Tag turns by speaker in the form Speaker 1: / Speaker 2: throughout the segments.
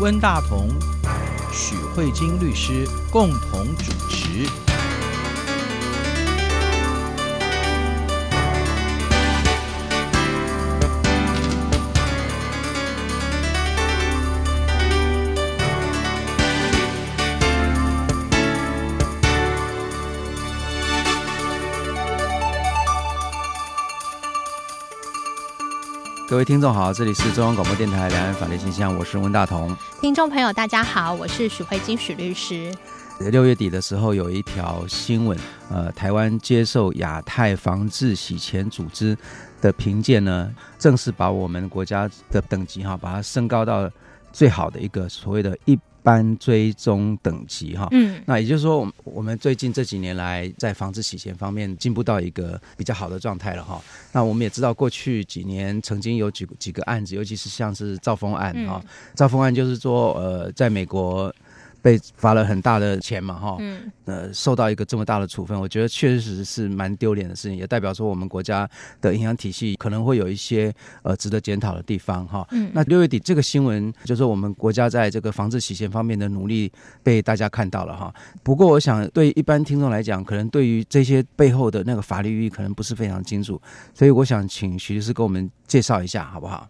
Speaker 1: 温大同、许慧晶律师共同主持。
Speaker 2: 各位听众好，这里是中央广播电台两岸法律信箱，我是温大同。
Speaker 3: 听众朋友，大家好，我是许慧金许律师。
Speaker 2: 六月底的时候有一条新闻，呃，台湾接受亚太防治洗钱组织的评鉴呢，正式把我们国家的等级哈，把它升高到最好的一个所谓的一般追踪等级哈。
Speaker 3: 嗯
Speaker 2: 那也就是说，我们我们最近这几年来在防止洗钱方面进步到一个比较好的状态了哈。那我们也知道，过去几年曾经有几几个案子，尤其是像是兆丰案哈，兆丰案就是说，呃，在美国被罚了很大的钱嘛哈，
Speaker 3: 嗯，
Speaker 2: 呃，受到一个这么大的处分，我觉得确实是蛮丢脸的事情，也代表说我们国家的银行体系可能会有一些呃值得检讨的地方哈。
Speaker 3: 嗯
Speaker 2: 那六月底这个新闻，就是我们国家在这个防治洗钱方面的努力被大家看到了哈。不过，我想对一般听众来讲，可能对于这些背后的那个法律意义可能不是非常清楚，所以我想请徐律师给我们介绍一下，好不好？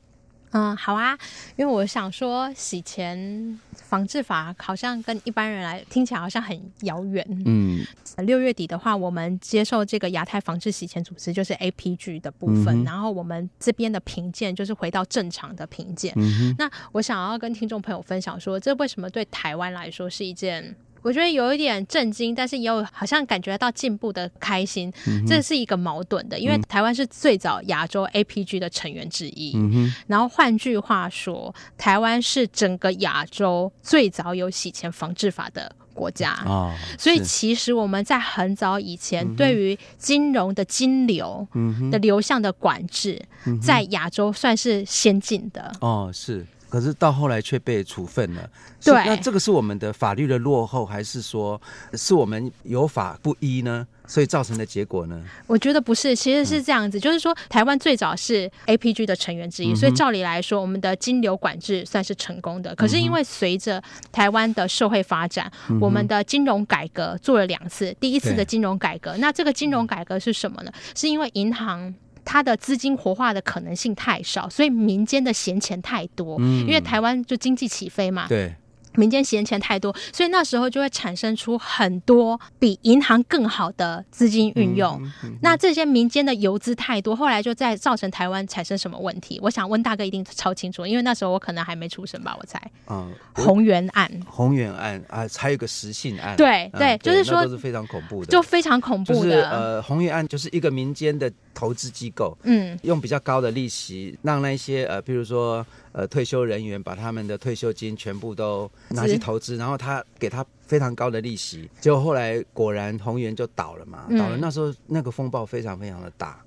Speaker 3: 嗯，好啊，因为我想说，洗钱防治法好像跟一般人来听起来好像很遥远。
Speaker 2: 嗯
Speaker 3: 六、月底的话，我们接受这个亚太防治洗钱组织就是 APG 的部分，
Speaker 2: 嗯哼
Speaker 3: 然后我们这边的评鉴就是回到正常的评鉴。
Speaker 2: 嗯
Speaker 3: 那我想要跟听众朋友分享说，这为什么对台湾来说是一件。我觉得有一点震惊，但是也有好像感觉到进步的开心，
Speaker 2: 嗯
Speaker 3: 这是一个矛盾的，因为台湾是最早亚洲 APG 的成员之一。
Speaker 2: 嗯哼
Speaker 3: 然后换句话说，台湾是整个亚洲最早有洗钱防治法的国家。
Speaker 2: 哦，
Speaker 3: 所以
Speaker 2: 是
Speaker 3: 其实我们在很早以前，对于金融的金流的流向的管制，在亚洲算是先进的。
Speaker 2: 哦，是，可是到后来却被处分了。是
Speaker 3: 对
Speaker 2: 那这个是我们的法律的落后，还是说是我们有法不依呢？所以造成的结果呢？
Speaker 3: 我觉得不是，其实
Speaker 2: 嗯
Speaker 3: 是这样子，就是说台湾最早是 APG 的成员之一，
Speaker 2: 嗯
Speaker 3: 所以照理来说，我们的金流管制算是成功的。可是
Speaker 2: 嗯
Speaker 3: 因为随着台湾的社会发展，我们的金融改革做了两次，第一次
Speaker 2: 对嗯
Speaker 3: 的金融改革，那这个金融改革是什么呢？是因为银行。它的资金活化的可能性太少，所以民间的闲钱太多。因为台湾就经济起飞嘛，
Speaker 2: 嗯对，
Speaker 3: 民间闲钱太多，所以那时候就会产生出很多比银行更好的资金运
Speaker 2: 嗯
Speaker 3: 用。那这些民间的游资太多，后来就在造成台湾产生什么问题？我想温大哥一定超清楚，因为那时候我可能还没出生吧，我猜
Speaker 2: 嗯，
Speaker 3: 红源案，
Speaker 2: 宏远案啊，还有一个实信案，
Speaker 3: 对
Speaker 2: 嗯
Speaker 3: 对就是
Speaker 2: 那
Speaker 3: 说
Speaker 2: 都是非常恐怖的，
Speaker 3: 就非常恐
Speaker 2: 就
Speaker 3: 怖
Speaker 2: 是
Speaker 3: 的。
Speaker 2: 呃，宏远案就是一个民间的投资机构，
Speaker 3: 嗯，
Speaker 2: 用比较高的利息，让那些呃，比如说呃退休人员把他们的退休金全部都拿去
Speaker 3: 是
Speaker 2: 投资，然后他给他非常高的利息，结果后来果然宏源就倒了嘛，
Speaker 3: 嗯
Speaker 2: 倒了那时候那个风暴非常非常的大，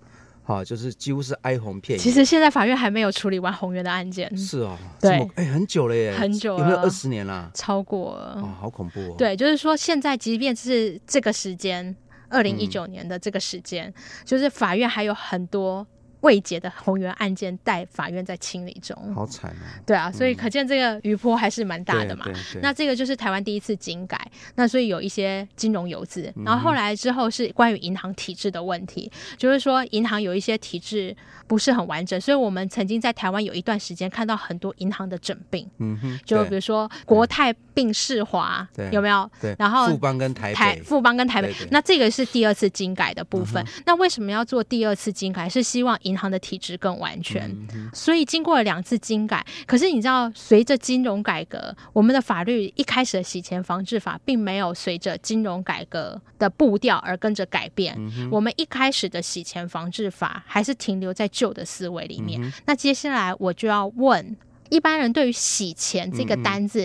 Speaker 2: 好、就是几乎是哀鸿遍野。
Speaker 3: 其实现在法院还没有处理完红源的案件，
Speaker 2: 是哦，
Speaker 3: 对
Speaker 2: 这么哎、很久了耶，
Speaker 3: 很久
Speaker 2: 有没有
Speaker 3: 了
Speaker 2: 二十年啦？
Speaker 3: 超过了
Speaker 2: 哦，好恐怖哦。，
Speaker 3: 对，就是说现在即便是这个时间，二零一九
Speaker 2: 嗯
Speaker 3: 年的这个时间，就是法院还有很多未解的红源案件待法院在清理中。
Speaker 2: 好惨啊，
Speaker 3: 对啊，所以可见这个余波还是蛮大的嘛
Speaker 2: 对。对对
Speaker 3: 那这个就是台湾第一次金改，那所以有一些金融游资，
Speaker 2: 嗯
Speaker 3: 然后后来之后是关于银行体制的问题，就是说银行有一些体制不是很完整，所以我们曾经在台湾有一段时间看到很多银行的整病，
Speaker 2: 嗯哼，
Speaker 3: 就
Speaker 2: 对嗯
Speaker 3: 比如说国泰并世华
Speaker 2: 对，
Speaker 3: 有没有？
Speaker 2: 对，
Speaker 3: 然后
Speaker 2: 富邦跟台北
Speaker 3: 台富邦跟台北
Speaker 2: 对对，嗯
Speaker 3: 那这个是第二次精改的部分。那为什么要做第二次精改？是希望银行的体制更完全。
Speaker 2: 嗯
Speaker 3: 所以经过了两次精改，可是你知道，随着金融改革，我们的法律一开始的洗钱防治法并没有随着金融改革的步调而跟着改变。
Speaker 2: 嗯
Speaker 3: 我们一开始的洗钱防治法还是停留在旧的思维里
Speaker 2: 嗯
Speaker 3: 面。那接下来我就要问。一般人对于洗钱这个
Speaker 2: 嗯
Speaker 3: 单字，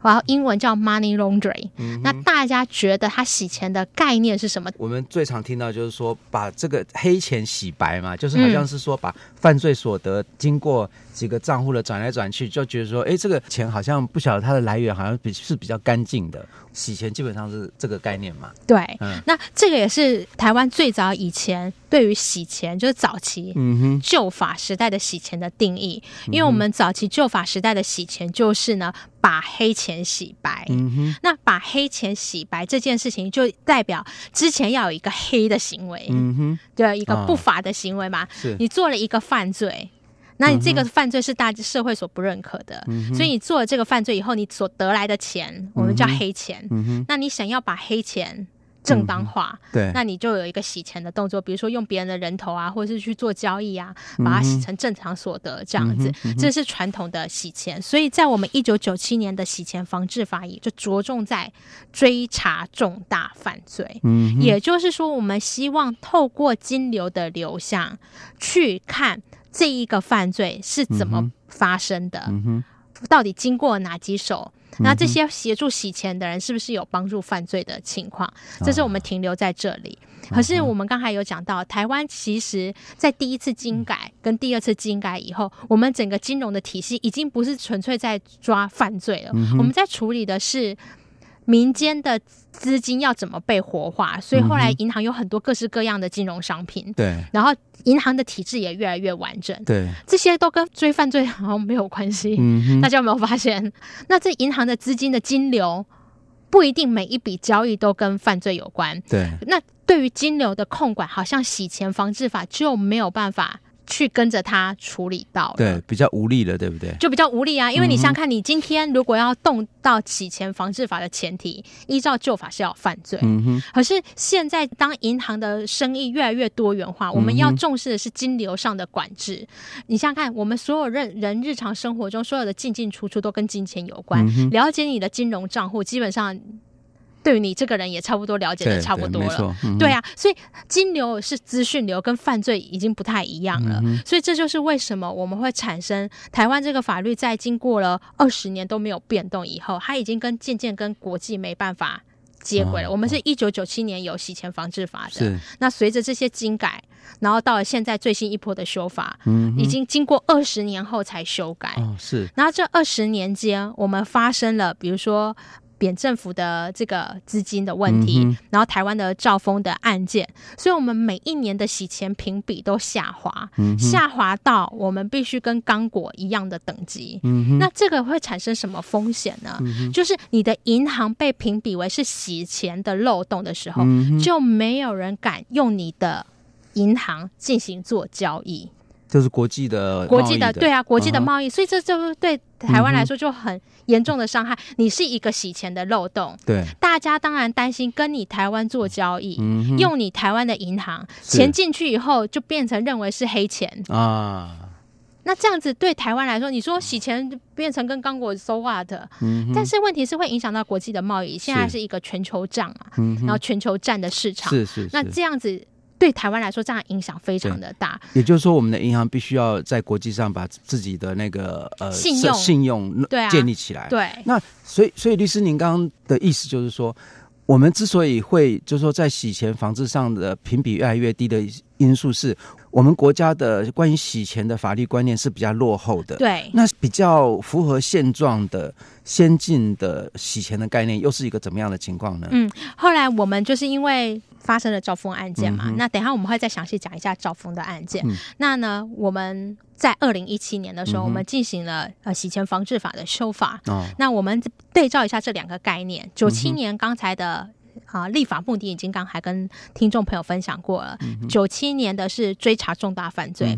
Speaker 3: 然后英文叫 money laundering，、那大家觉得他洗钱的概念是什么？
Speaker 2: 我们最常听到就是说，把这个黑钱洗白嘛，就是好像是说把犯罪所得经过几个账户的转来转去，就觉得说，哎，这个钱好像不晓得它的来源，好像比是比较干净的。洗钱基本上是这个概念嘛。
Speaker 3: 对，
Speaker 2: 嗯
Speaker 3: 那这个也是台湾最早以前对于洗钱，就是早期
Speaker 2: 嗯哼，
Speaker 3: 旧法时代的洗钱的定义，因为我们早期旧法时代的洗钱就是呢，把黑钱洗白。
Speaker 2: 嗯哼，
Speaker 3: 那把黑钱洗白这件事情，就代表之前要有一个黑的行为，
Speaker 2: 嗯哼，
Speaker 3: 对一个
Speaker 2: 啊
Speaker 3: 不法的行为嘛。
Speaker 2: 是
Speaker 3: 你做了一个犯罪，那你这个犯罪是大社会所不认可的，所以你做了这个犯罪以后，你所得来的钱，我们叫黑钱。
Speaker 2: 嗯嗯哼，嗯
Speaker 3: 那你想要把黑钱正当化，
Speaker 2: 对，
Speaker 3: 那你就有一个洗钱的动作，比如说用别人的人头啊，或者是去做交易啊，
Speaker 2: 嗯
Speaker 3: 把它洗成正常所得这样子，这是传统的洗钱。所以在我们一九九七年的洗钱防治法也就着重在追查重大犯罪。
Speaker 2: 嗯哼，
Speaker 3: 也就是说，我们希望透过金流的流向去看这一个犯罪是怎么发生的，
Speaker 2: 嗯哼
Speaker 3: 到底经过哪几手。那这些协助洗钱的人是不是有帮助犯罪的情况？这是我们停留在这里。可是我们刚才有讲到，台湾其实在第一次金改跟第二次金改以后，我们整个金融的体系已经不是纯粹在抓犯罪了，我们在处理的是民间的资金要怎么被活化，所以后来银行有很多各式各样的金融商品，
Speaker 2: 对
Speaker 3: 然后银行的体制也越来越完整，
Speaker 2: 对，
Speaker 3: 这些都跟追犯罪好像没有关系。
Speaker 2: 嗯哼，
Speaker 3: 大家有没有发现？那这银行的资金的金流不一定每一笔交易都跟犯罪有关，
Speaker 2: 对，
Speaker 3: 那对于金流的控管，好像洗钱防治法就没有办法去跟着它处理到了。
Speaker 2: 对，比较无力了，对不对？嗯
Speaker 3: 就比较无力啊，因为你想想看，你今天如果要动到洗钱防治法的前提，依照旧法是要犯罪。
Speaker 2: 嗯哼，
Speaker 3: 可是现在，当银行的生意越来越多元
Speaker 2: 嗯
Speaker 3: 化，我们要重视的是金流上的管制。你想想看，我们所有人人日常生活中所有的进进出出都跟金钱有关。
Speaker 2: 嗯
Speaker 3: 了解你的金融账户，基本上对于你这个人也差不多了解
Speaker 2: 对，
Speaker 3: 的差不
Speaker 2: 对
Speaker 3: 多
Speaker 2: 没
Speaker 3: 了。
Speaker 2: 错，嗯哼
Speaker 3: 对啊，所以金流是资讯流，跟犯罪已经不太一样了。
Speaker 2: 嗯
Speaker 3: 所以这就是为什么我们会产生台湾这个法律在经过了二十年都没有变动以后，它已经跟渐渐跟国际没办法接轨了。
Speaker 2: 哦
Speaker 3: 我们是一九九七年有洗钱防治法的，
Speaker 2: 是，
Speaker 3: 那随着这些精改，然后到了现在最新一波的修法，
Speaker 2: 嗯
Speaker 3: 已经经过二十年后才修改。
Speaker 2: 哦，是，
Speaker 3: 然后这二十年间，我们发生了比如说扁政府的这个资金的问题，
Speaker 2: 嗯
Speaker 3: 然后台湾的兆丰的案件，所以我们每一年的洗钱评比都下滑，
Speaker 2: 嗯
Speaker 3: 下滑到我们必须跟刚果一样的等级。
Speaker 2: 嗯哼，嗯
Speaker 3: 那这个会产生什么风险呢？就是你的银行被评比为是洗钱的漏洞的时候，
Speaker 2: 嗯哼，
Speaker 3: 就没有人敢用你的银行进行做交易。
Speaker 2: 就是国际的
Speaker 3: 国
Speaker 2: 贸
Speaker 3: 际
Speaker 2: 易
Speaker 3: 的
Speaker 2: 的，
Speaker 3: 对啊，国际的
Speaker 2: 嗯哼嗯
Speaker 3: 贸易，所以这就是对台湾来说就很严重的伤害。你是一个洗钱的漏洞，
Speaker 2: 对，
Speaker 3: 大家当然担心跟你台湾做交易，
Speaker 2: 嗯哼，
Speaker 3: 用你台湾的银行
Speaker 2: 是
Speaker 3: 钱进去以后，就变成认为是黑钱。
Speaker 2: 啊，
Speaker 3: 那这样子对台湾来说，你说洗钱变成跟刚果 so what？、
Speaker 2: 嗯哼，
Speaker 3: 但是问题是会影响到国际的贸易，现在是一个全球账啊，
Speaker 2: 嗯
Speaker 3: 然
Speaker 2: 哼，
Speaker 3: 后全球占的市场，
Speaker 2: 是是
Speaker 3: 那
Speaker 2: 是，
Speaker 3: 这样子对台湾来说，这样影响非常的大。
Speaker 2: 也就是说，我们的银行必须要在国际上把自己的那个呃
Speaker 3: 信
Speaker 2: 社
Speaker 3: 用
Speaker 2: 信用呃
Speaker 3: 对啊
Speaker 2: 建立起来，
Speaker 3: 对，
Speaker 2: 那所以，所以律师，您刚刚的意思就是说，我们之所以会就是说在洗钱防治上的评比越来越低的因素是，我们国家的关于洗钱的法律观念是比较落后的。。
Speaker 3: 对。
Speaker 2: 那比较符合现状的先进的洗钱的概念，又是一个怎么样的情况呢？
Speaker 3: 嗯后来我们就是因为发生了赵峰案件嘛，
Speaker 2: 嗯哼嗯
Speaker 3: 那等一下我们会再详细讲一下赵峰的案件。那呢，我们在二零一七年的时候，我们进行了呃洗钱防治法的修法。
Speaker 2: 哦，
Speaker 3: 那我们对照一下这两个概念，九
Speaker 2: 嗯
Speaker 3: 七年刚才的。啊，立法目的已经刚才跟听众朋友分享过了。
Speaker 2: 嗯
Speaker 3: 九七、年的是追查重大犯罪，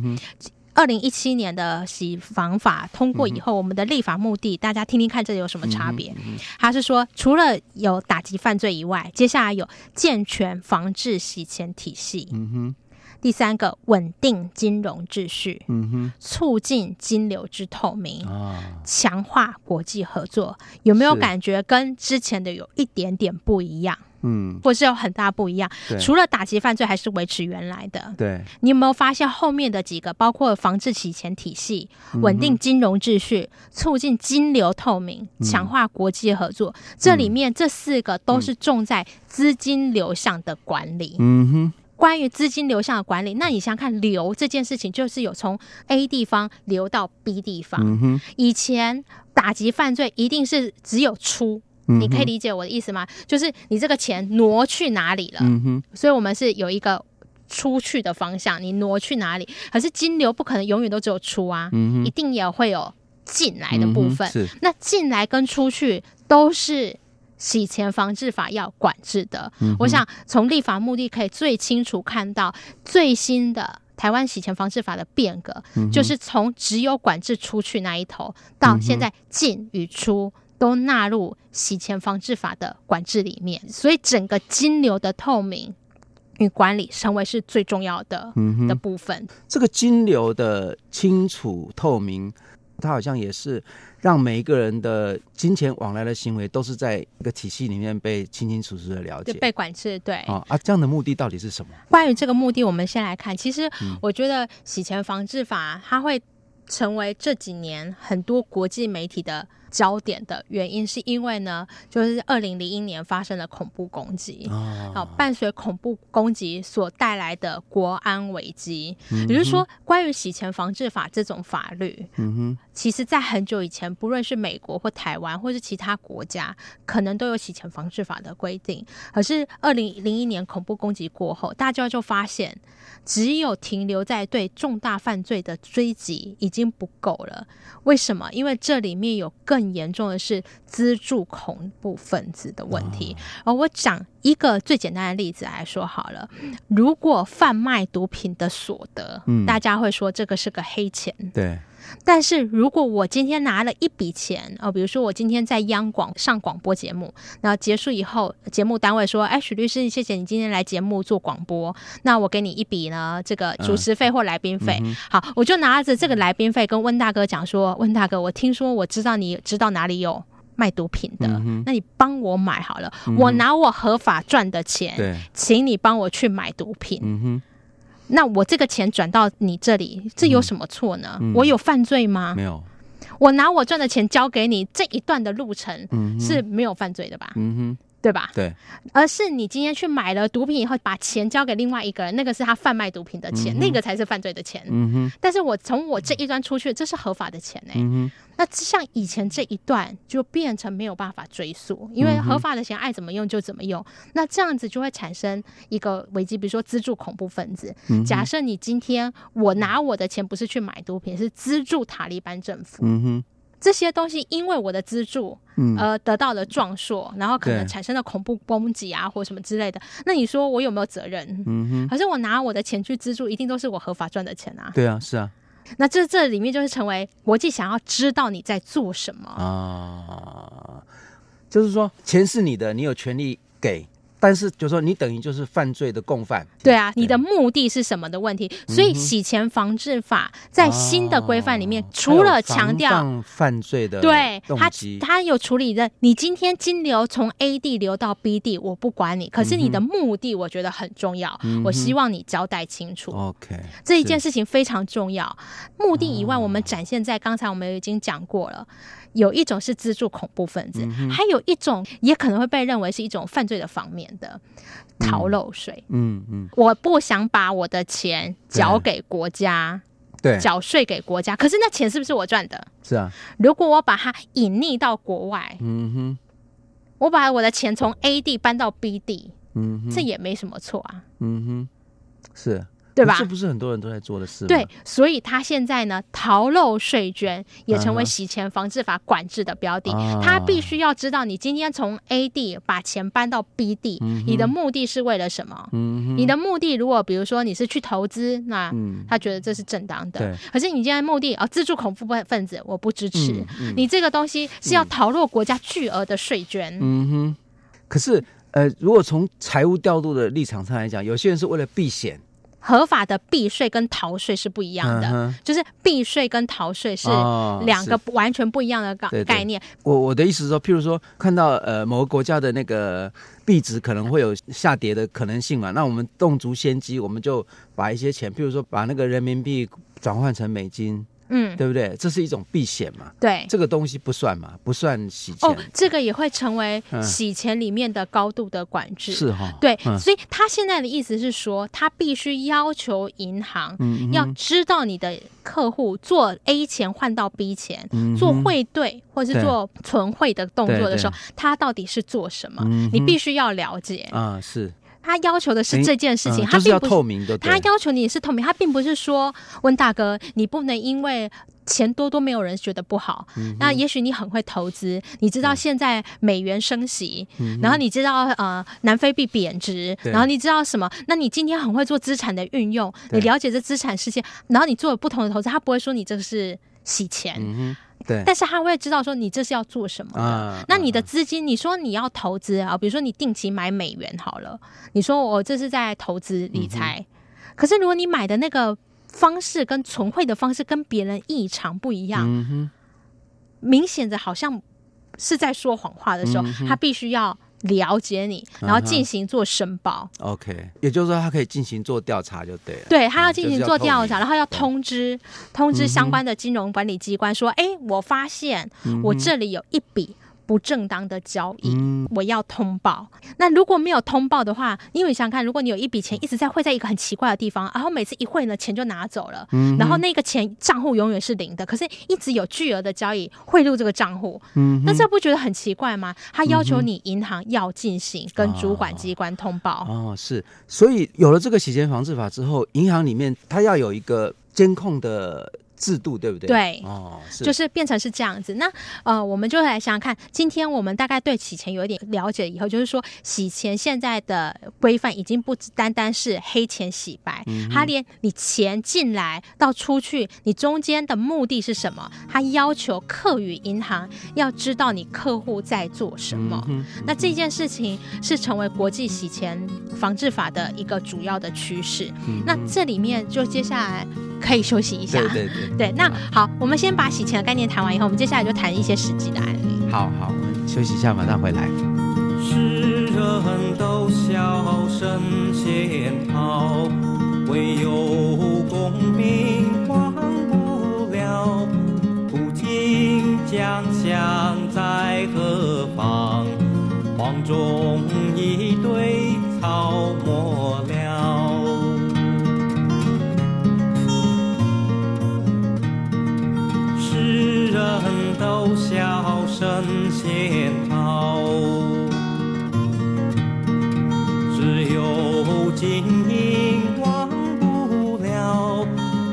Speaker 3: 二零一七年的洗房法通
Speaker 2: 嗯
Speaker 3: 过以后，我们的立法目的，大家听听看这有什么差别？
Speaker 2: 嗯
Speaker 3: 他是说，除了有打击犯罪以外，接下来有健全防治洗钱体系。
Speaker 2: 嗯哼，
Speaker 3: 第三个，稳定金融秩序，
Speaker 2: 嗯
Speaker 3: 促进金流之透明。
Speaker 2: 哼，啊，
Speaker 3: 强化国际合作，有没有
Speaker 2: 是
Speaker 3: 感觉跟之前的有一点点不一样，
Speaker 2: 嗯，
Speaker 3: 或是有很大不一样？
Speaker 2: 对，
Speaker 3: 除了打击犯罪，还是维持原来的。
Speaker 2: 对，
Speaker 3: 你有没有发现后面的几个，包括防治洗钱体系、稳定金融秩序、促进金流透明、强化国际合作，这里面这四个都是重在资金流向的管理。
Speaker 2: 嗯哼，
Speaker 3: 关于资金流向的管理，那你想想看流这件事情，就是有从 A 地方流到 B 地方。
Speaker 2: 嗯哼，
Speaker 3: 以前打击犯罪一定是只有出，
Speaker 2: 嗯哼
Speaker 3: 你可以，理解我的意思吗？就是你这个钱挪去哪里了，
Speaker 2: 嗯哼，
Speaker 3: 所以我们是有一个出去的方向，你挪去哪里？可是金流不可能永远都只有出啊，
Speaker 2: 嗯
Speaker 3: 一定也会有进来的部分。
Speaker 2: 嗯哼是
Speaker 3: 那进来跟出去都是洗钱防治法要管制的。我想从立法目的可以最清楚看到最新的。台湾洗钱防治法的变革，就是从只有管制出去那一头，到现在进与出都纳入洗钱防治法的管制里面，所以整个金流的透明与管理成为是最重要的、的部分。
Speaker 2: 这个金流的清楚透明，它好像也是让每一个人的金钱往来的行为都是在一个体系里面被清清楚楚的了
Speaker 3: 就
Speaker 2: 解。
Speaker 3: 被管制对，
Speaker 2: 啊啊，这样的目的到底是什么？
Speaker 3: 关于这个目的，我们先来看。其实我觉得洗钱防治法它会成为这几年很多国际媒体的焦点的原因，是因为呢，就是二零零一年发生了恐怖攻击。
Speaker 2: 啊，
Speaker 3: 好，伴随恐怖攻击所带来的国安危机，也就是说，关于洗钱防治法这种法律，
Speaker 2: 嗯
Speaker 3: 其实在很久以前，不论是美国或台湾，或是其他国家，可能都有洗钱防治法的规定。可是，二零零一年恐怖攻击过后，大家就发现，只有停留在对重大犯罪的追击已经不够了。为什么？因为这里面有更严重的是资助恐怖分子的问题。而我讲一个最简单的例子来说好了，如果贩卖毒品的所得，大家会说这个是个黑钱。
Speaker 2: 哼，对，
Speaker 3: 但是如果我今天拿了一笔钱，哦、比如说我今天在央广上广播节目，然后结束以后，节目单位说：“哎，许律师，谢谢你今天来节目做广播，那我给你一笔呢，这个主持费或来宾费。好，我就拿着这个来宾费跟温大哥讲说：“温大哥，我听说我知道你知道哪里有。”卖毒品的，那你帮我买好了。我拿我合法赚的钱，
Speaker 2: 对，
Speaker 3: 请你帮我去买毒品。
Speaker 2: 嗯哼，
Speaker 3: 那我这个钱转到你这里，这有什么错呢？我有犯罪吗？
Speaker 2: 嗯没有，
Speaker 3: 我拿我赚的钱交给你，这一段的路程
Speaker 2: 嗯哼，
Speaker 3: 是没有犯罪的吧？
Speaker 2: 嗯
Speaker 3: 对吧
Speaker 2: 哼，？对，
Speaker 3: 而是你今天去买了毒品以后，把钱交给另外一个人，那个是他贩卖毒品的钱，那个才是犯罪的钱。
Speaker 2: 嗯哼，
Speaker 3: 但是我从我这一端出去，这是合法的钱呢、欸
Speaker 2: 嗯
Speaker 3: 那像以前这一段就变成没有办法追溯，因
Speaker 2: 嗯
Speaker 3: 为合法的钱爱怎么用就怎么用。那这样子就会产生一个危机，比如说资助恐怖分子。
Speaker 2: 嗯
Speaker 3: 假设你今天我拿我的钱不是去买毒品，是资助塔利班政府
Speaker 2: 哼，。嗯哼，
Speaker 3: 这些东西因为我的资助，
Speaker 2: 嗯
Speaker 3: 呃，得到了壮硕，然后可能
Speaker 2: 对
Speaker 3: 产生了恐怖攻击啊，或什么之类的。那你说我有没有责任？
Speaker 2: 嗯哼，
Speaker 3: 可是我拿我的钱去资助，一定都是我合法赚的钱啊。
Speaker 2: 对啊，是啊，
Speaker 3: 那这这里面就是成为国际想要知道你在做什么，
Speaker 2: 啊，就是说钱是你的，你有权利给，但是就是说你等于就是犯罪的共犯。
Speaker 3: 对啊，你的目的是什么的问题。
Speaker 2: 嗯
Speaker 3: 所以洗钱防治法在新的规范里面
Speaker 2: 哦，
Speaker 3: 除了强
Speaker 2: 它有
Speaker 3: 调。
Speaker 2: 防范犯罪的
Speaker 3: 对
Speaker 2: 动
Speaker 3: 他
Speaker 2: 机，，
Speaker 3: 他有处理的。你今天金流从 A 地流到 B 地，我不管你，可是你的
Speaker 2: 嗯
Speaker 3: 目的我觉得很重要，我希望你交代清楚。
Speaker 2: OK
Speaker 3: 这一件事情非常重要。目的以外，
Speaker 2: 哦
Speaker 3: 我们展现在刚才我们已经讲过了，有一种是资助恐怖分子，
Speaker 2: 嗯
Speaker 3: 还有一种也可能会被认为是一种犯罪的方面的逃漏税。
Speaker 2: 嗯嗯，
Speaker 3: 我不想把我的钱缴给国家，
Speaker 2: 对，
Speaker 3: 缴税给国家，可是那钱是不是我赚的？
Speaker 2: 是啊，
Speaker 3: 如果我把它隐匿到国外，
Speaker 2: 嗯哼，
Speaker 3: 我把我的钱从 A 地搬到 B 地，
Speaker 2: 嗯哼，
Speaker 3: 这也没什么错啊，
Speaker 2: 嗯哼，是，
Speaker 3: 对吧？
Speaker 2: 这不是很多人都在做的事吗？
Speaker 3: 对，所以他现在呢，逃漏税捐也成为
Speaker 2: 嗯哼
Speaker 3: 洗钱防治法管制的标的。
Speaker 2: 啊
Speaker 3: 他必须要知道，你今天从 A 地把钱搬到 B 地，你的目的是为了什么？
Speaker 2: 嗯哼，嗯
Speaker 3: 你的目的如果比如说你是去投资，那他觉得这是正当的。
Speaker 2: 对
Speaker 3: 可是你今天目的哦，资助恐怖分子，我不支持。
Speaker 2: 嗯嗯
Speaker 3: 你这个东西是要逃漏国家巨额的税捐。
Speaker 2: 嗯哼，可是呃，如果从财务调度的立场上来讲，有些人是为了避险，
Speaker 3: 合法的避税跟逃税是不一样的，
Speaker 2: 嗯哼
Speaker 3: 就是避税跟逃税是
Speaker 2: 哦
Speaker 3: 两个
Speaker 2: 是
Speaker 3: 完全不一样的
Speaker 2: 对
Speaker 3: 概
Speaker 2: 对
Speaker 3: 概念。
Speaker 2: 我我的意思是说，譬如说看到呃某个国家的那个币值可能会有下跌的可能性嘛，那我们动足先机，我们就把一些钱，譬如说把那个人民币转换成美金，
Speaker 3: 嗯，
Speaker 2: 对不对？这是一种避险嘛，
Speaker 3: 对。
Speaker 2: 这个东西不算嘛，不算洗钱，
Speaker 3: 哦，这个也会成为
Speaker 2: 嗯
Speaker 3: 洗钱里面的高度的管制。
Speaker 2: 是哈，
Speaker 3: 对，
Speaker 2: 嗯
Speaker 3: 所以他现在的意思是说，他必须要求银行
Speaker 2: 嗯
Speaker 3: 要知道你的客户做 A 钱换到 B 钱，做汇兑或是
Speaker 2: 嗯对
Speaker 3: 做存汇的动作的时候
Speaker 2: 对，嗯
Speaker 3: 他到底是做什么，你必须要了解。
Speaker 2: 啊是
Speaker 3: 他要求的是这件事情，
Speaker 2: 嗯
Speaker 3: 他
Speaker 2: 就是
Speaker 3: 并
Speaker 2: 要
Speaker 3: 不
Speaker 2: 透明的，
Speaker 3: 他要求你是透明，他并不是说温大哥，你不能因为钱多多没有人觉得不好。
Speaker 2: 嗯
Speaker 3: 那也许你很会投资，你知道现在美元升息，然后你知道呃南非币贬值，
Speaker 2: 嗯对
Speaker 3: 然后你知道什么？那你今天很会做资产的运用，
Speaker 2: 对
Speaker 3: 你了解这资产世界，然后你做了不同的投资，他不会说你这是洗钱，
Speaker 2: 嗯哼，对
Speaker 3: 但是他会知道说你这是要做什么的。
Speaker 2: 啊
Speaker 3: 那你的资金，你说你要投资啊，比如说你定期买美元好了，你说我这是在投资
Speaker 2: 嗯
Speaker 3: 理财，可是如果你买的那个方式跟存汇的方式跟别人异常不一样，
Speaker 2: 嗯哼，
Speaker 3: 明显的好像是在说谎话的时候，
Speaker 2: 嗯
Speaker 3: 他必须要了解你，然后进行做申报。
Speaker 2: OK，也就是说，他可以进行做调查就对了。啊嗯
Speaker 3: 对他要进
Speaker 2: 就是
Speaker 3: 行
Speaker 2: 要
Speaker 3: 做
Speaker 2: 透
Speaker 3: 调
Speaker 2: 明
Speaker 3: 查，然后要通知通知相关的金融管理机关说，
Speaker 2: 嗯
Speaker 3: 哎、我发现我这里有一笔不正当的交易，
Speaker 2: 嗯
Speaker 3: 我要通报。那如果没有通报的话，因为你想想看，如果你有一笔钱一直在汇在一个很奇怪的地方，然后每次一汇呢，钱就拿走了，
Speaker 2: 嗯
Speaker 3: 然后那个钱账户永远是零的，可是一直有巨额的交易汇入这个账户，
Speaker 2: 嗯
Speaker 3: 那这不觉得很奇怪吗？他要求你银行要进行跟主管机关通报。
Speaker 2: 哦，是，所以有了这个洗钱防治法之后，银行里面它要有一个监控的制度，对不对？
Speaker 3: 对
Speaker 2: 哦，是，
Speaker 3: 就是是变成是这样子。那呃，我们就来想想看，今天我们大概对洗钱有一点了解以后，就是说洗钱现在的规范已经不只单单是黑钱洗白，
Speaker 2: 嗯
Speaker 3: 它连你钱进来到出去，你中间的目的是什么？它要求客与银行要知道你客户在做什么。
Speaker 2: 嗯
Speaker 3: 那这件事情是成为国际洗钱防治法的一个主要的趋势。那这里面就接下来可以休息一下。
Speaker 2: 嗯对对对，
Speaker 3: 对，那好，我们先把洗钱的概念谈完以后，我们接下来就谈一些实际的案例。
Speaker 2: 好好，我们休息一下，马上回来。
Speaker 4: 世人都笑神仙好，唯有功名忘不了。古今将相在何方？黄钟一对草没了。世人都笑神仙好，只有金银忘不了，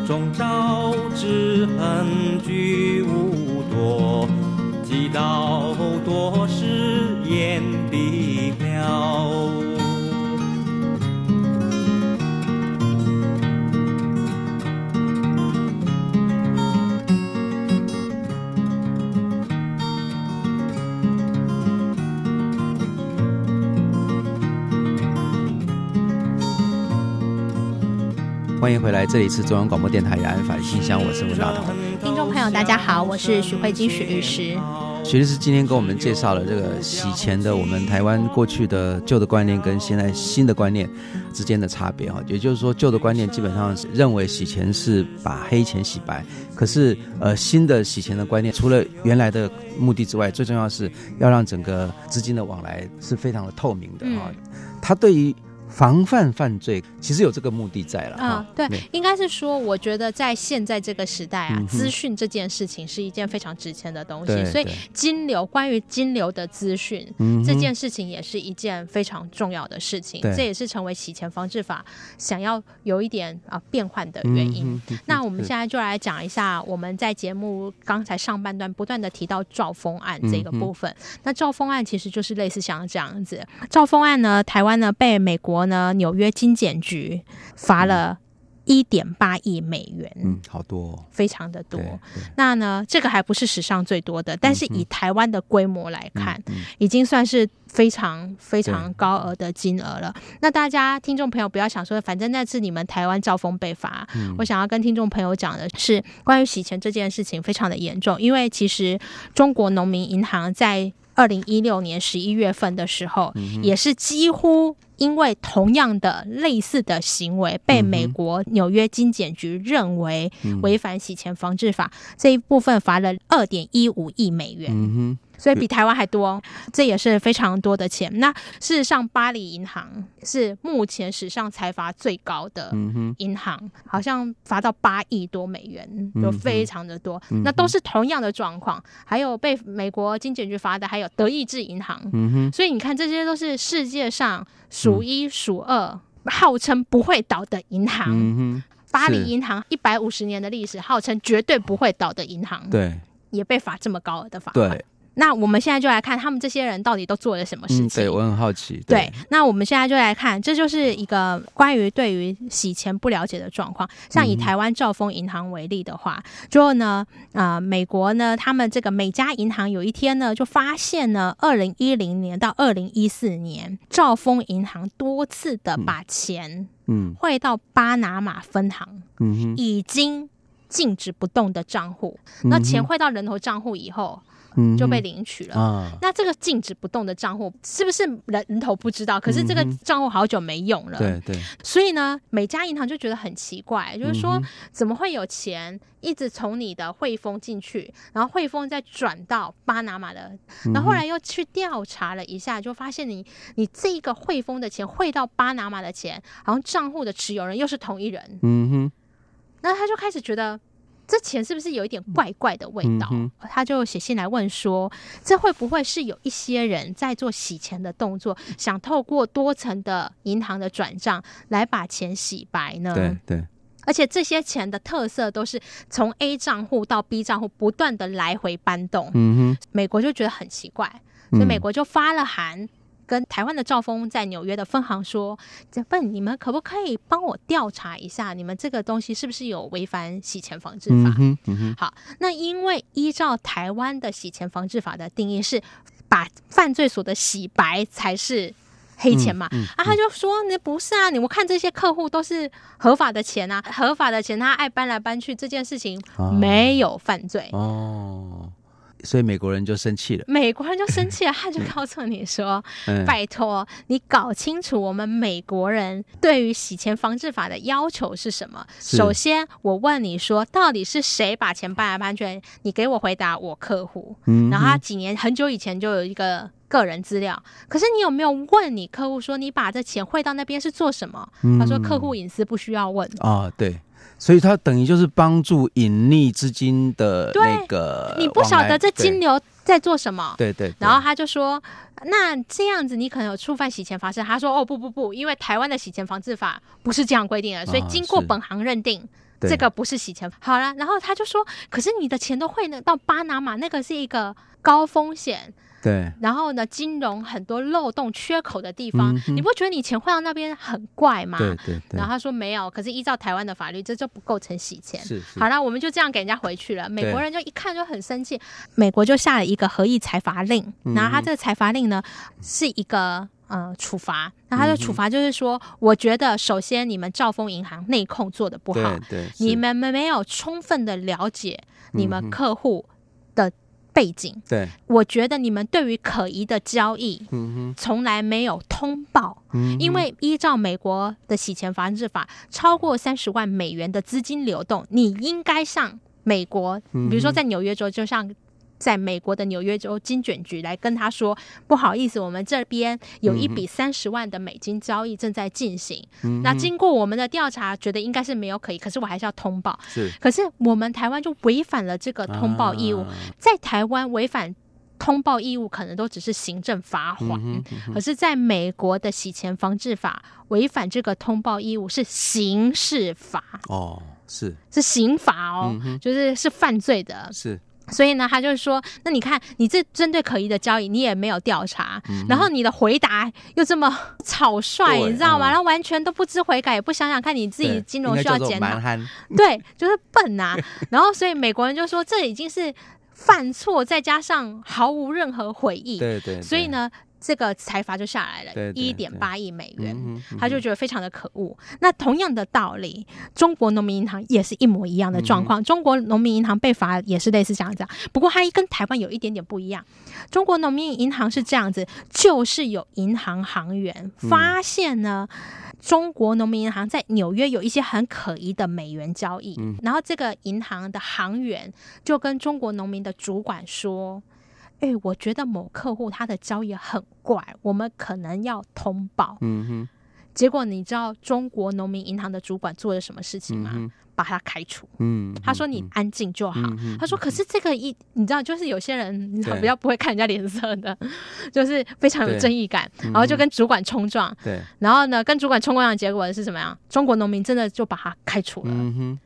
Speaker 4: 终朝之恨聚无多，几道多是眼闭了。
Speaker 2: 欢迎回来，这里是中央广播电台雅安法律信箱，我是文大同。
Speaker 3: 听众朋友，大家好，我是许慧金许律师。
Speaker 2: 徐律师今天给我们介绍了这个洗钱的我们台湾过去的旧的观念跟现在新的观念之间的差别哈，也就是说旧的观念基本上是认为洗钱是把黑钱洗白，可是呃新的洗钱的观念除了原来的目的之外，最重要是要让整个资金的往来是非常的透明的
Speaker 3: 嗯
Speaker 2: 哈，它对于防范犯罪其实有这个目的在了哈
Speaker 3: 嗯，，对，应该是说，我觉得在现在这个时代啊，资讯这件事情是一件非常值钱的东西，
Speaker 2: 嗯对
Speaker 3: 所以
Speaker 2: 对嗯
Speaker 3: 金流关于金流的资讯嗯这件事情也是一件非常重要的事情，
Speaker 2: 对
Speaker 3: 这也是成为洗钱防治法想要有一点啊、变换的原因。
Speaker 2: 嗯哼
Speaker 3: 那我们
Speaker 2: 是
Speaker 3: 现在就来讲一下我们在节目刚才上半段不断的提到赵峰案这
Speaker 2: 嗯
Speaker 3: 个部分。那赵峰案其实就是类似像这样子，赵峰案呢，台湾呢被美国呢纽约金检局罚了一点八亿美元。
Speaker 2: 嗯好多、哦、
Speaker 3: 非常的多
Speaker 2: 对，对
Speaker 3: 那呢，这个还不是史上最多的，但是以台湾的规模来看，
Speaker 2: 嗯
Speaker 3: 已经算是非常非常高额的金额了。那大家听众朋友不要想说，反正那次你们台湾招风被罚。
Speaker 2: 嗯
Speaker 3: 我想要跟听众朋友讲的是，关于洗钱这件事情非常的严重，因为其实中国农民银行在二零一六年十一月份的时候，也是几乎。因为同样的类似的行为被美国纽约金检局认为违反洗钱防治法，这一部分罚了二点一五亿美元。
Speaker 2: 嗯哼。
Speaker 3: 所以比台湾还多，这也是非常多的钱。那事实上，巴黎银行是目前史上财阀最高的
Speaker 2: 嗯
Speaker 3: 银行，好像罚到八亿多美元，
Speaker 2: 嗯
Speaker 3: 就非常的多。那都是同样的状况，还有被美国金检局罚的，还有德意志银行。
Speaker 2: 嗯
Speaker 3: 所以你看，这些都是
Speaker 2: 嗯
Speaker 3: 世界上数一数二。号称不会倒的银行，巴黎银行一百五十年的历史，号称绝对不会倒的银行，
Speaker 2: 对
Speaker 3: 也被罚这么高额的罚款。
Speaker 2: 对，
Speaker 3: 那我们现在就来看他们这些人到底都做了什么事
Speaker 2: 嗯，
Speaker 3: 情。
Speaker 2: 对我很好奇，
Speaker 3: 对，那我们现在就来看，这就是一个关于对于洗钱不了解的状况。像
Speaker 2: 嗯
Speaker 3: 以台湾兆丰银行为例的话，就呢，啊，美国呢，他们这个美加银行有一天呢，就发现呢，二零一零年到二零一四年，兆丰银行多次的把钱
Speaker 2: 嗯
Speaker 3: 汇到巴拿马分行
Speaker 2: 嗯
Speaker 3: 已经静止不动的账户，
Speaker 2: 哼，
Speaker 3: 那钱汇到人头账户以后
Speaker 2: 嗯哼
Speaker 3: 就被领取了。
Speaker 2: 啊，
Speaker 3: 那这个静止不动的账户是不是人人头不知道？可是这个
Speaker 2: 嗯哼
Speaker 3: 账户好久没用了，
Speaker 2: 对对，
Speaker 3: 所以呢，美加银行就觉得很奇怪，就是说、
Speaker 2: 嗯哼
Speaker 3: 怎么会有钱一直从你的汇丰进去，然后汇丰再转到巴拿马
Speaker 2: 嗯
Speaker 3: 的，然后后来又去调查了一下，就发现你你这个汇丰的钱汇到巴拿马的钱，好像账户的持有人又是同一人，
Speaker 2: 嗯哼，
Speaker 3: 那他就开始觉得这钱是不是有一点怪怪的味道？
Speaker 2: 嗯
Speaker 3: 他就写信来问说，这会不会是有一些人在做洗钱的动作，想透过多层的银行的转账来把钱洗白呢？
Speaker 2: 对对，
Speaker 3: 而且这些钱的特色都是从 A 账户到 B 账户不断的来回搬动，
Speaker 2: 嗯哼，
Speaker 3: 美国就觉得很奇怪，
Speaker 2: 嗯
Speaker 3: 所以美国就发了函。跟台湾的兆丰在纽约的分行说：“这份你们可不可以帮我调查一下，你们这个东西是不是有违反洗钱防治
Speaker 2: 嗯
Speaker 3: 法？”
Speaker 2: 哼，嗯哼，
Speaker 3: 那因为依照台湾的洗钱防治法的定义是，把犯罪所得洗白才是黑钱
Speaker 2: 嗯
Speaker 3: 嘛。啊，他就说你不是啊，你我看这些客户都是合法的钱啊，合法的钱他爱搬来搬去，这件事情
Speaker 2: 啊
Speaker 3: 没有犯罪。
Speaker 2: 哦，所以美国人就生气了，
Speaker 3: 美国人就生气了，他就告诉你说：“
Speaker 2: 嗯，
Speaker 3: 拜托，你搞清楚我们美国人对于洗钱防治法的要求是什么？
Speaker 2: 是
Speaker 3: 首先，我问你说，到底是谁把钱搬来搬去？你给我回答，我客户。
Speaker 2: 嗯哼
Speaker 3: 然后他几年很久以前就有一个个人资料，可是你有没有问你客户说你把这钱汇到那边是做什么？他说客户隐私不需要问。
Speaker 2: 嗯啊，对，所以他等于就是帮助隐匿资金的
Speaker 3: 对
Speaker 2: 那个往来，
Speaker 3: 你不晓得这金流在做什么，
Speaker 2: 对，对对，
Speaker 3: 然后他就说：“那这样子你可能有触犯洗钱法制。”他说：“哦，不不不，因为台湾的洗钱防治法不是这样规定的，所以
Speaker 2: 啊
Speaker 3: 经过
Speaker 2: 是
Speaker 3: 本行认定。”
Speaker 2: 对
Speaker 3: 这个不是洗钱，好了，然后他就说，可是你的钱都汇到巴拿马，那个是一个高风险，
Speaker 2: 对，
Speaker 3: 然后呢，金融很多漏洞、缺口的地方，
Speaker 2: 嗯哼
Speaker 3: 你不觉得你钱汇到那边很怪吗？
Speaker 2: 对对
Speaker 3: 啊
Speaker 2: 对，
Speaker 3: 然后他说没有，可是依照台湾的法律，这就不构成洗钱。
Speaker 2: 是是
Speaker 3: 好了，我们就这样给人家回去了。美国人就一看就很生气，美国就下了一个合议裁罚令，
Speaker 2: 嗯
Speaker 3: 然后他这个裁罚令呢是一个。呃，处罚，那他的处罚就是说，我觉得首先你们兆丰银行内控做的不好
Speaker 2: 对，对，是嗯
Speaker 3: 你们没有充分的了解你们客户的背景，
Speaker 2: 对，
Speaker 3: 我觉得你们对于可疑的交易
Speaker 2: 嗯
Speaker 3: 从来没有通报，
Speaker 2: 哼，嗯
Speaker 3: 因为依照美国的洗钱防治法，超过三十万美元的资金流动，你应该向美国，
Speaker 2: 嗯
Speaker 3: 比如说在纽约州，就像。在美国的纽约州金卷局来跟他说，不好意思，我们这边有一
Speaker 2: 嗯
Speaker 3: 笔三十万的美金交易正在进行。那经过我们的调查，觉得应该是没有可疑，可是我还是要通报。
Speaker 2: 是
Speaker 3: 可是我们台湾就违反了这个通报义务，
Speaker 2: 啊
Speaker 3: 在台湾违反通报义务，可能都只是行政罚
Speaker 2: 嗯
Speaker 3: 款。可是，在美国的洗钱防治法违反这个通报义务是刑事法，
Speaker 2: 哦，是
Speaker 3: 是刑法
Speaker 2: 嗯
Speaker 3: 哦，就是是犯罪的。
Speaker 2: 是，
Speaker 3: 所以呢，他就是说，那你看，你这针对可疑的交易，你也没有调查，然后你的回答又这么草率，
Speaker 2: 嗯对
Speaker 3: 你知道吗？
Speaker 2: 嗯
Speaker 3: 然后完全都不知悔改，也不想想看你自己
Speaker 2: 对
Speaker 3: 金融
Speaker 2: 应该
Speaker 3: 需要
Speaker 2: 叫做
Speaker 3: 检讨
Speaker 2: 蛮。憨，
Speaker 3: 对，就是笨呐、然后所以美国人就说这已经是犯错，再加上毫无任何悔意，
Speaker 2: 对对，
Speaker 3: 所以
Speaker 2: 对，
Speaker 3: 呢，这个财阀就下来了，
Speaker 2: 对
Speaker 3: 一
Speaker 2: 对
Speaker 3: 点
Speaker 2: 对
Speaker 3: 八亿美元。
Speaker 2: 嗯哼
Speaker 3: 他就觉得非常的可恶。那同样的道理，中国农民银行也是一模一样的
Speaker 2: 嗯
Speaker 3: 状况。中国农民银行被罚也是类似这样子啊，不过它跟台湾有一点点不一样。中国农民银行是这样子，就是有银行行员
Speaker 2: 嗯
Speaker 3: 发现呢，中国农民银行在纽约有一些很可疑的美元交易，
Speaker 2: 嗯
Speaker 3: 然后这个银行的行员就跟中国农民的主管说。哎、我觉得某客户他的交易很怪，我们可能要通报。
Speaker 2: 嗯哼，
Speaker 3: 结果你知道中国农民银行的主管做了什么事情吗？
Speaker 2: 嗯
Speaker 3: 把他开除。
Speaker 2: 嗯，
Speaker 3: 他说你
Speaker 2: 嗯
Speaker 3: 安静就好。
Speaker 2: 嗯嗯
Speaker 3: 他说可是这个一，你知道，就是有些人你 知道
Speaker 2: 对
Speaker 3: 比较不会看人家脸色的， 就是非常有
Speaker 2: 对嗯
Speaker 3: 正义感，然后就跟主管冲撞。
Speaker 2: 对，
Speaker 3: 然后呢，跟主管冲撞的结果是什么样？中国农民真的就把他开除了。
Speaker 2: 嗯哼，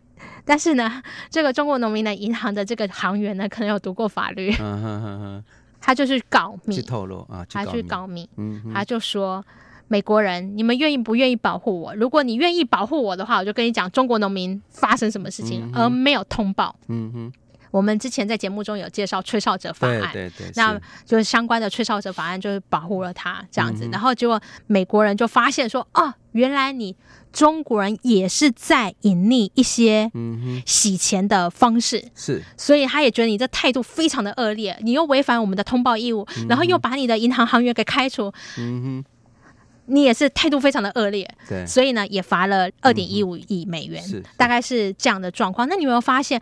Speaker 3: 但是呢， 这个中国农民的银行的这个行员呢，可能有读过法律，
Speaker 2: 嗯哼哼哼，
Speaker 3: 他就去告密
Speaker 2: 去，透露啊，
Speaker 3: 他去
Speaker 2: 搞
Speaker 3: 告密，
Speaker 2: 密，嗯
Speaker 3: 他就说。美国人，你们愿意不愿意保护我？如果你愿意保护我的话，我就跟你讲中国农民发生什么事情，
Speaker 2: 嗯哼
Speaker 3: 而没有通报。
Speaker 2: 嗯哼，
Speaker 3: 我们之前在节目中有介绍吹哨者法
Speaker 2: 对
Speaker 3: 案，
Speaker 2: 对对，
Speaker 3: 那
Speaker 2: 是
Speaker 3: 就是相关的吹哨者法案就是保护了他这样子，
Speaker 2: 嗯哼
Speaker 3: 然后结果美国人就发现说，哦，原来你中国人也是在隐匿一些
Speaker 2: 嗯哼
Speaker 3: 洗钱的方式，
Speaker 2: 是，
Speaker 3: 所以他也觉得你这态度非常的恶劣，你又违反我们的通报义务，然后又把你的银行行员给开除，
Speaker 2: 嗯
Speaker 3: 你也是态度非常的恶劣，
Speaker 2: 哼，对，嗯
Speaker 3: 所以呢，也罚了二点一五亿美元，
Speaker 2: 是是
Speaker 3: 大概是这样的状况。那你有没有发现，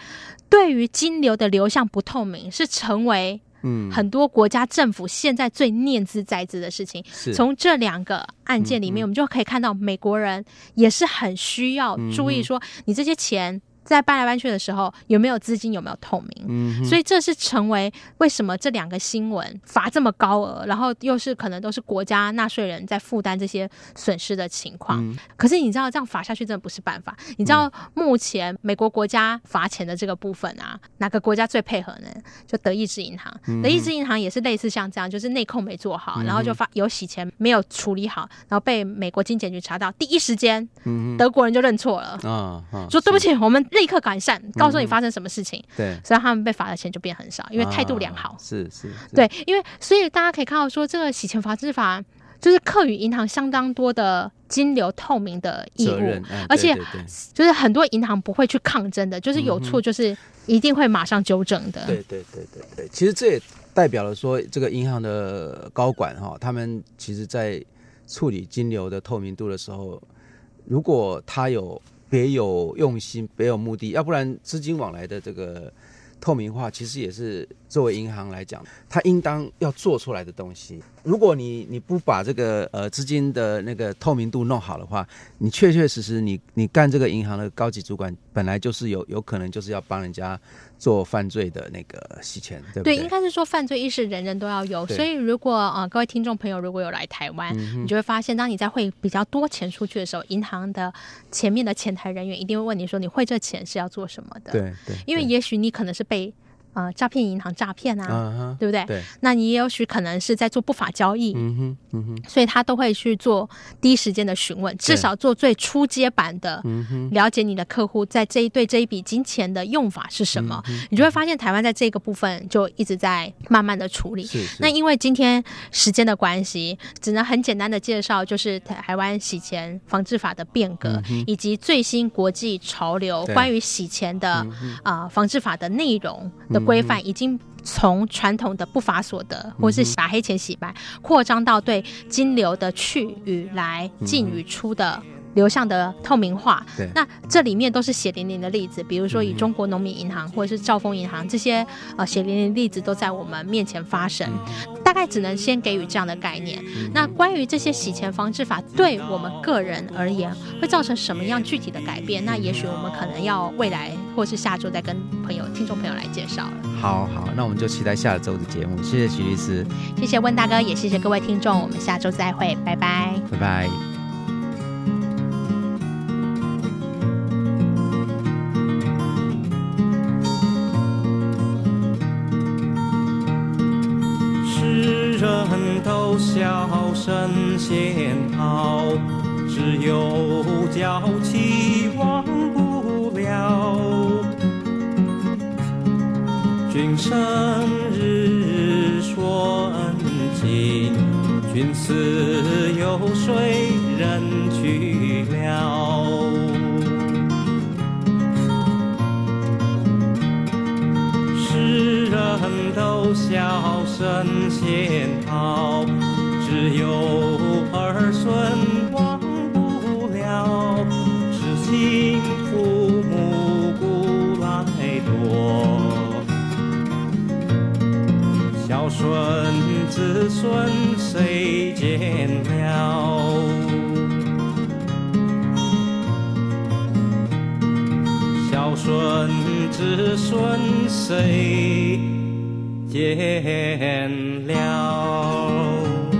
Speaker 3: 对于金流的流向不透明，是成为
Speaker 2: 嗯，
Speaker 3: 很多国家政府现在最念兹在兹的事情？
Speaker 2: 是嗯
Speaker 3: 从这两个案件里面，我们就可以看到，美国人也是很需要注
Speaker 2: 嗯
Speaker 3: 意说，你这些钱在搬来搬去的时候，有没有资金，有没有透明。
Speaker 2: 嗯哼
Speaker 3: 所以这是成为为什么这两个新闻罚这么高额，然后又是可能都是国家纳税人在负担这些损失的情况。
Speaker 2: 嗯
Speaker 3: 可是你知道这样罚下去真的不是办法。你知道目前美国国家罚钱的这个部分啊，哪个国家最配合呢？就德意志银行。
Speaker 2: 嗯
Speaker 3: 德意志银行也是类似像这样，就是内控没做好，然后就发有洗钱没有处理好，然后被美国金检局查到，第一时间
Speaker 2: 嗯
Speaker 3: 德国人就认错了。
Speaker 2: 哼啊啊，
Speaker 3: 说对不
Speaker 2: 起，
Speaker 3: 起，我们立刻改善，告诉你发生什么事情，
Speaker 2: 对，
Speaker 3: 所以他们被罚的钱就变很少，因为态度
Speaker 2: 嗯啊
Speaker 3: 良好。
Speaker 2: 是是，是，
Speaker 3: 对，因为所以大家可以看到说，这个洗钱防治法就是课与银行相当多的金流透明的义
Speaker 2: 责任
Speaker 3: 务，，
Speaker 2: 哎
Speaker 3: 而
Speaker 2: 对
Speaker 3: 且嗯
Speaker 2: 对对
Speaker 3: 就是很多银行不会去抗争的，就是有错就是一定会马上纠正的。
Speaker 2: 嗯对对对对对，其实这也代表了说，这个银行的高管哈、他们其实在处理金流的透明度的时候，如果他有别有用心、别有目的，要不然资金往来的这个透明化，其实也是作为银行来讲，它应当要做出来的东西。如果你你不把这个呃资金的那个透明度弄好的话，你确确实实你你干这个银行的高级主管，本来就是有有可能就是要帮人家做犯罪的那个洗钱，对不
Speaker 3: 对，
Speaker 2: 对？
Speaker 3: 应该是说犯罪意识人人都要有，
Speaker 2: 对嗯
Speaker 3: 所以如果呃各位听众朋友如果有来台湾，你就会发现，当你在汇比较多钱出去的时候，银行的前面的前台人员一定会问你说，你汇这钱是要做什么的？，
Speaker 2: 对对，
Speaker 3: 因为
Speaker 2: 对
Speaker 3: 也许你可能是被呃诈骗银行诈骗啊，
Speaker 2: 啊哈，
Speaker 3: 对不对？
Speaker 2: 对，
Speaker 3: 那你也有许可能是在做不法交易，
Speaker 2: 嗯哼嗯哼
Speaker 3: 所以他都会去做第一时间的询问，至少做最初阶版的，
Speaker 2: 嗯
Speaker 3: 了解你的客户在这一对这一笔金钱的用法是什么，
Speaker 2: 嗯
Speaker 3: 你就会发现台湾在这个部分就一直在慢慢的处理。
Speaker 2: 是是，
Speaker 3: 那因为今天时间的关系，只能很简单的介绍，就是台湾洗钱防治法的变革，
Speaker 2: 嗯
Speaker 3: 以及最新国际潮流
Speaker 2: 对嗯
Speaker 3: 关于洗钱的啊、呃防治法的内容的规范，已经从传统的不法所
Speaker 2: 嗯
Speaker 3: 得或是把黑钱洗白，扩张到对金流的去与来、进与出的。流向的透明化
Speaker 2: 嗯对，嗯
Speaker 3: 那这里面都是血淋淋的例子，比如说以中国农民银行或者是兆丰银行这些呃血淋淋的例子都在我们面前发生，
Speaker 2: 嗯
Speaker 3: 大概只能先给予这样的概念。那关于这些洗钱防治法对我们个人而言会造成什么样具体的改变？那也许我们可能要未来或是下周再跟朋友、听众朋友来介绍了。
Speaker 2: 好好，那我们就期待下周的节目，谢谢徐律师，
Speaker 3: 谢谢温大哥，也谢谢各位听众，我们下周再会，拜拜。
Speaker 2: 拜拜。
Speaker 4: 世人都笑神仙好，只有娇妻忘不了。君生日说恩情，君死有谁人去了？世人都笑神仙好，只有儿孙忘不了，痴心父母古来多。孝顺子孙谁见了？顺只顺谁见了？